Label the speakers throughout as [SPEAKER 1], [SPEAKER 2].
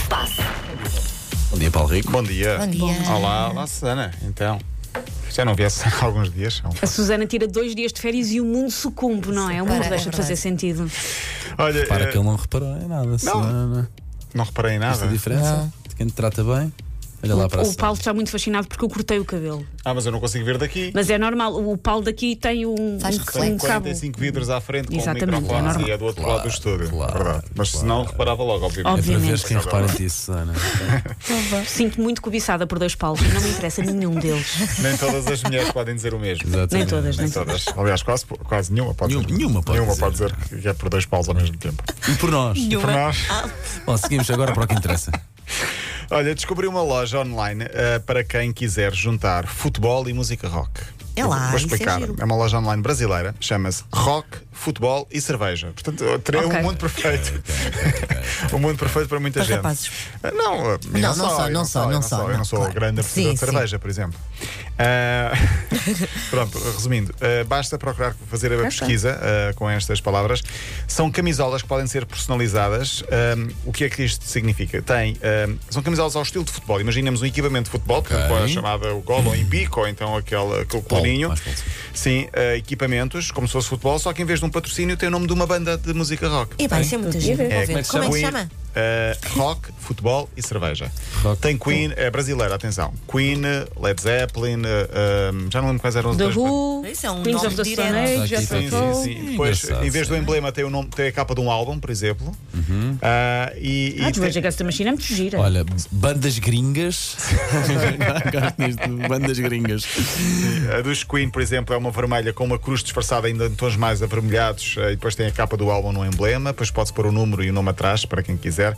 [SPEAKER 1] se passa.
[SPEAKER 2] Bom dia, Paulo Rico.
[SPEAKER 3] Bom dia.
[SPEAKER 4] Bom dia.
[SPEAKER 3] Olá, olá, Susana. Então, já não vi a Susana há alguns dias. não
[SPEAKER 1] A
[SPEAKER 3] foi?
[SPEAKER 1] Susana tira dois dias de férias e o mundo sucumbe, não é? O mundo
[SPEAKER 4] Para, é
[SPEAKER 1] deixa de fazer
[SPEAKER 4] verdade.
[SPEAKER 1] sentido.
[SPEAKER 3] Olha,
[SPEAKER 2] Para
[SPEAKER 3] eh,
[SPEAKER 2] que ele não reparou em nada. senão Não, não.
[SPEAKER 3] não reparei em
[SPEAKER 2] Esta
[SPEAKER 3] nada.
[SPEAKER 2] diferença de quem te trata bem. Olha lá para a
[SPEAKER 1] O
[SPEAKER 2] Susana.
[SPEAKER 1] Paulo está muito fascinado porque eu cortei o cabelo.
[SPEAKER 3] Ah, mas eu não consigo ver daqui.
[SPEAKER 1] Mas é normal, o Paulo daqui tem um,
[SPEAKER 4] Faz
[SPEAKER 1] um
[SPEAKER 3] Tem
[SPEAKER 4] reflexo.
[SPEAKER 1] cabo.
[SPEAKER 3] 45 vidros à frente com
[SPEAKER 1] Exatamente, é
[SPEAKER 3] microfones
[SPEAKER 1] normal.
[SPEAKER 3] e é do outro lado do estúdio.
[SPEAKER 2] claro,
[SPEAKER 3] Verdade. Mas se não, reparava logo,
[SPEAKER 2] É
[SPEAKER 3] obviamente.
[SPEAKER 2] para
[SPEAKER 1] Obviamente.
[SPEAKER 2] veres quem repara em ti, Susana.
[SPEAKER 1] Sinto-me muito cobiçada por dois Paulos e não me interessa nenhum deles.
[SPEAKER 3] Nem todas as mulheres podem dizer o mesmo.
[SPEAKER 2] Exatamente.
[SPEAKER 1] Nem todas,
[SPEAKER 3] Nem
[SPEAKER 1] nem todas.
[SPEAKER 3] todas. Aliás, quase, quase nenhuma pode
[SPEAKER 2] Nenhuma-
[SPEAKER 3] dizer.
[SPEAKER 2] nenhuma pode dizer.
[SPEAKER 3] pode dizer que é por dois paus ao mesmo tempo.
[SPEAKER 2] E por nós.
[SPEAKER 3] Por nós.
[SPEAKER 2] Bom, seguimos agora para o que interessa.
[SPEAKER 3] Olha, descobri uma loja online ah, para quem quiser juntar futebol e música rock.
[SPEAKER 4] É lá,
[SPEAKER 3] Vou
[SPEAKER 4] isso é
[SPEAKER 3] explicar.
[SPEAKER 4] giro.
[SPEAKER 3] uma loja online brasileira, chama-se Rock, Futebol e Cerveja. Portanto, terei
[SPEAKER 1] Ok.
[SPEAKER 3] um mundo perfeito. um mundo perfeito para muita
[SPEAKER 4] Para
[SPEAKER 3] gente.
[SPEAKER 4] rapazes.
[SPEAKER 3] Ah, Não, ah, e
[SPEAKER 4] Não, não
[SPEAKER 3] só,
[SPEAKER 4] só,
[SPEAKER 3] e
[SPEAKER 4] não só,
[SPEAKER 3] e
[SPEAKER 4] não
[SPEAKER 3] não
[SPEAKER 4] só,
[SPEAKER 3] só. Eu
[SPEAKER 4] não,
[SPEAKER 3] não sou
[SPEAKER 4] claro.
[SPEAKER 3] grande apreciador
[SPEAKER 4] Sim,
[SPEAKER 3] de
[SPEAKER 4] sim.
[SPEAKER 3] cerveja, por exemplo. Ah, pronto, resumindo, ah, basta procurar fazer a pesquisa ah, com estas palavras. São camisolas que podem ser personalizadas. Ah, o que é que isto significa? Tem, ah, são camisolas ao estilo de futebol. Imaginemos um equipamento de futebol, portanto, com a chamada o gol ou em bico, ou então aquele, aquele colinho.
[SPEAKER 2] mais polo.
[SPEAKER 3] Sim, ah, equipamentos, como se fosse futebol, só que em vez de um patrocínio tem o nome de uma banda de música rock.
[SPEAKER 4] E vai, isso é muito giro. Vou ver.
[SPEAKER 3] como é que se
[SPEAKER 4] como é que se
[SPEAKER 3] chama?
[SPEAKER 4] chama?
[SPEAKER 3] Uh, rock, futebol e cerveja.
[SPEAKER 2] Rock,
[SPEAKER 3] Tem Queen, é brasileira, atenção. Queen, Led Zeppelin, uh, um, já não lembro quais eram os
[SPEAKER 1] The
[SPEAKER 3] outros.
[SPEAKER 1] Who,
[SPEAKER 4] Isso é um
[SPEAKER 1] Queens
[SPEAKER 4] nome
[SPEAKER 1] of the Stone
[SPEAKER 4] direto.
[SPEAKER 1] Age, Ah, já
[SPEAKER 2] Aqui tem-
[SPEAKER 3] Sim, sim, sim.
[SPEAKER 1] tratou.
[SPEAKER 2] Engraçado,
[SPEAKER 3] Depois, em vez do
[SPEAKER 2] sim. Uhum.
[SPEAKER 3] emblema, tem, o nome, tem a capa de um álbum, por exemplo. Uh, e, e
[SPEAKER 1] Ah,
[SPEAKER 3] tem-
[SPEAKER 1] tu vejo que machine é muito gira.
[SPEAKER 2] Olha, bandas gringas. Gosto disto, bandas gringas.
[SPEAKER 3] A dos Queen, por exemplo, é uma vermelha com uma cruz disfarçada ainda em tons mais avermelhados eh, e depois tem a capa do álbum no emblema, depois pode-se pôr o número e o nome atrás para quem quiser.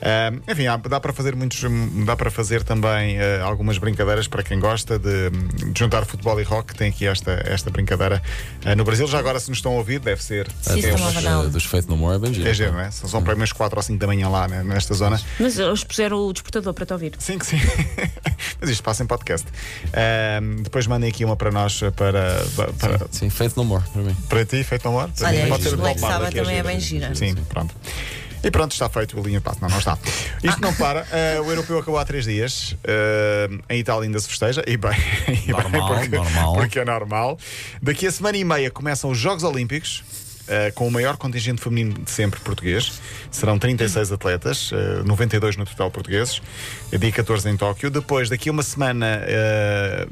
[SPEAKER 3] Ah, enfim, há- dá para fazer muitos, hum, dá para fazer também eh, algumas brincadeiras para quem gosta de, hum, de juntar futebol e rock, tem aqui esta, esta brincadeira ah, no Brasil. Já agora, se nos estão a ouvir, deve ser.
[SPEAKER 4] Sim,
[SPEAKER 3] é,
[SPEAKER 4] estão a ouvir. Não.
[SPEAKER 2] Dos, dos Faith No More, é bem giro.
[SPEAKER 3] é giro, não é? São, são para aí umas 4 ou 5 da manhã lá né, nesta zona.
[SPEAKER 1] Mas eles puseram o despertador para te ouvir.
[SPEAKER 3] Sim, que sim. Mas isto passa em podcast. Ah, depois mandem aqui uma para nós, eh, para- para,
[SPEAKER 2] Sim, Faith No More, para mim.
[SPEAKER 3] Para ti, feito amor? Para
[SPEAKER 4] Olha,
[SPEAKER 3] mim.
[SPEAKER 4] isto
[SPEAKER 3] o
[SPEAKER 4] Black
[SPEAKER 3] Bob Marley,
[SPEAKER 4] Sabbath
[SPEAKER 3] que
[SPEAKER 4] também é bem gira.
[SPEAKER 3] Sim, pronto. E pronto, está feito o linha de passo. Não, não está. Isto
[SPEAKER 4] Ah.
[SPEAKER 3] não para. Eh, o europeu acabou há três dias. Eh, em Itália ainda se festeja. E bem, e bem,
[SPEAKER 2] Normal,
[SPEAKER 3] porque,
[SPEAKER 2] normal.
[SPEAKER 3] porque é normal. Daqui a semana e meia começam os Jogos Olímpicos. eh, com o maior contingente feminino de sempre português. Serão 36 atletas, eh, 92 no total portugueses, eh, dia 14 em Tóquio. Depois, daqui a uma semana, eh,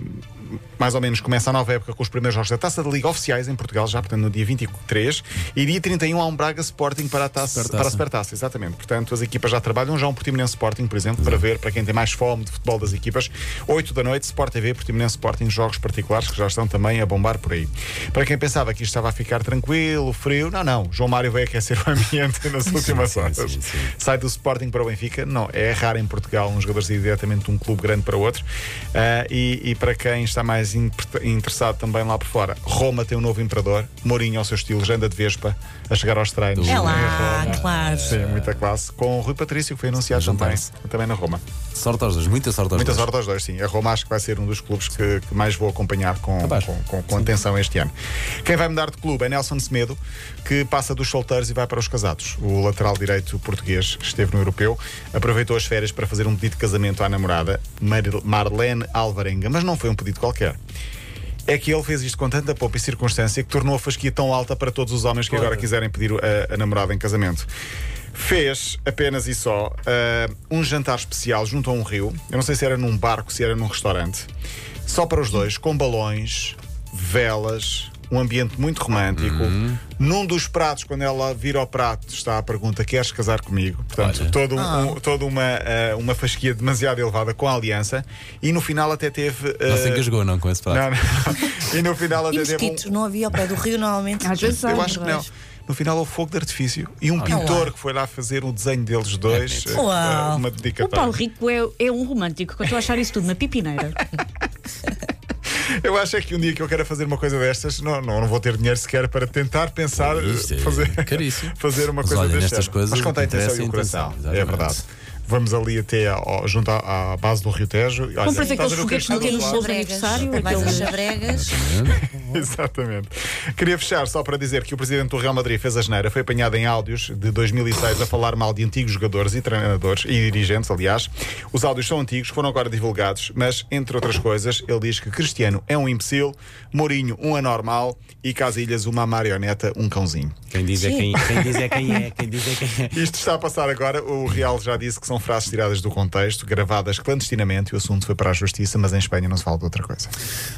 [SPEAKER 3] mais ou menos, começa a nova época com os primeiros jogos da Taça da Liga oficiais em Portugal, já portanto no dia 23. E dia 31 há um Braga Sporting para a Taça,
[SPEAKER 2] Supertaça.
[SPEAKER 3] para a Supertaça, exatamente. Portanto, as equipas já trabalham, já um Portimonense Sporting, por exemplo, para ver, para quem tem mais fome de futebol das equipas, 8 da noite, Sport TV, Portimonense Sporting, jogos particulares que já estão também a bombar por aí. Para quem pensava que isto estava a ficar tranquilo, frio, não, não. João Mário veio aquecer o ambiente nas últimas
[SPEAKER 2] sim,
[SPEAKER 3] horas.
[SPEAKER 2] sim, sim.
[SPEAKER 3] Sai do Sporting para o Benfica, não, é raro em Portugal um jogador sair diretamente de um clube grande para outro. Ah, e, e para quem está mais in- interessado também lá por fora, Roma tem um novo imperador, Mourinho ao seu estilo, Janda de Vespa, a chegar aos treinos.
[SPEAKER 2] Do-
[SPEAKER 4] É
[SPEAKER 3] Em
[SPEAKER 4] lá,
[SPEAKER 3] Roma.
[SPEAKER 4] claro.
[SPEAKER 3] Sim, muita classe. Com o Rui Patrício, que foi anunciado também,
[SPEAKER 2] Juntar-se.
[SPEAKER 3] também na Roma.
[SPEAKER 2] Sorte aos dois, muita sorte aos
[SPEAKER 3] Muitas
[SPEAKER 2] dois.
[SPEAKER 3] horas aos dois, sim. A Roma acho que vai ser um dos clubes que, que mais vou acompanhar com,
[SPEAKER 2] Capaz.
[SPEAKER 3] com, com- com atenção este ano. Quem vai mudar de clube é Nelson Semedo, que passa dos solteiros e vai para os casados. O lateral direito português esteve no europeu, aproveitou as férias para fazer um pedido de casamento à namorada Mar- Marlene Alvarenga, mas não foi um pedido qualquer. É que ele fez isto com tanta poupa e circunstância que tornou a fasquia tão alta para todos os homens que agora quiserem pedir a, a namorada em casamento. Fez apenas e só ah, um jantar especial junto a um rio. Eu não sei se era num barco, se era num restaurante. Só para os dois, com balões, velas, um ambiente muito romântico.
[SPEAKER 2] Uhum.
[SPEAKER 3] Num dos pratos, quando ela vira ao prato, está a pergunta: Queres casar comigo? Portanto,
[SPEAKER 2] Olha.
[SPEAKER 3] todo um- um- toda uma, ah, uma fasquia demasiado elevada com a aliança. E no final, até teve.
[SPEAKER 2] Não
[SPEAKER 3] ah,
[SPEAKER 2] se engasgou, não, com esse prato.
[SPEAKER 3] não, não. E no final
[SPEAKER 4] E
[SPEAKER 3] até teve um.
[SPEAKER 4] mosquitos, não havia ao pé do rio normalmente.
[SPEAKER 1] Às vezes há,
[SPEAKER 3] Eu acho que não.
[SPEAKER 1] mas-
[SPEAKER 3] No final houve fogo de artifício e
[SPEAKER 2] Ah.
[SPEAKER 3] um pintor que foi lá fazer um desenho deles dois, eh,
[SPEAKER 4] Uau.
[SPEAKER 3] uma
[SPEAKER 1] O Paulo
[SPEAKER 3] dedicatória.
[SPEAKER 1] Rico é, é um romântico, que eu estou a achar isso tudo na pipineira.
[SPEAKER 3] Eu acho é que um dia que eu quero fazer uma coisa destas, não, não, não vou ter dinheiro sequer para tentar pensar eh,
[SPEAKER 2] Isto é
[SPEAKER 3] fazer,
[SPEAKER 2] caríssimo.
[SPEAKER 3] fazer uma
[SPEAKER 2] Mas
[SPEAKER 3] coisa
[SPEAKER 2] olha,
[SPEAKER 3] destas.
[SPEAKER 2] nestas coisas
[SPEAKER 3] Mas
[SPEAKER 2] o
[SPEAKER 3] conta
[SPEAKER 2] que
[SPEAKER 3] a intenção
[SPEAKER 2] interessa
[SPEAKER 3] e
[SPEAKER 2] é a
[SPEAKER 3] o coração.
[SPEAKER 2] intenção,
[SPEAKER 3] é
[SPEAKER 2] exatamente.
[SPEAKER 3] verdade. vamos ali até ao- junto à, à base do Rio Tejo. Olha,
[SPEAKER 1] Compras
[SPEAKER 3] estás a
[SPEAKER 1] aqueles
[SPEAKER 3] ver o é
[SPEAKER 1] foguetes
[SPEAKER 3] Cristo
[SPEAKER 1] no
[SPEAKER 3] Atual?
[SPEAKER 1] Tem shows de aniversário,
[SPEAKER 4] mais as
[SPEAKER 1] aqueles-
[SPEAKER 4] chabregas.
[SPEAKER 3] Exatamente. Queria fechar só para dizer que o presidente do Real Madrid fez a geneira, foi apanhado em áudios de 2006 a falar mal de antigos jogadores e treinadores e dirigentes, aliás. Os áudios são antigos, foram agora divulgados, mas entre outras coisas, ele diz que Cristiano é um imbecil, Mourinho um anormal e Casilhas uma marioneta, um cãozinho.
[SPEAKER 2] Quem diz, é
[SPEAKER 4] Sim.
[SPEAKER 2] quem, quem diz é quem é, quem diz é quem é.
[SPEAKER 3] Isto está a passar agora. O Real já disse que são frases tiradas do contexto, gravadas clandestinamente. e O assunto foi para a justiça, mas em Espanha não se fala de outra coisa.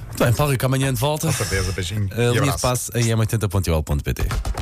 [SPEAKER 2] Muito bem, Paulo Rico, amanhã de volta.
[SPEAKER 3] Certeza, beijinho.
[SPEAKER 2] A
[SPEAKER 3] e
[SPEAKER 2] linha de
[SPEAKER 3] abraço.
[SPEAKER 2] passe em m80.ol.pt.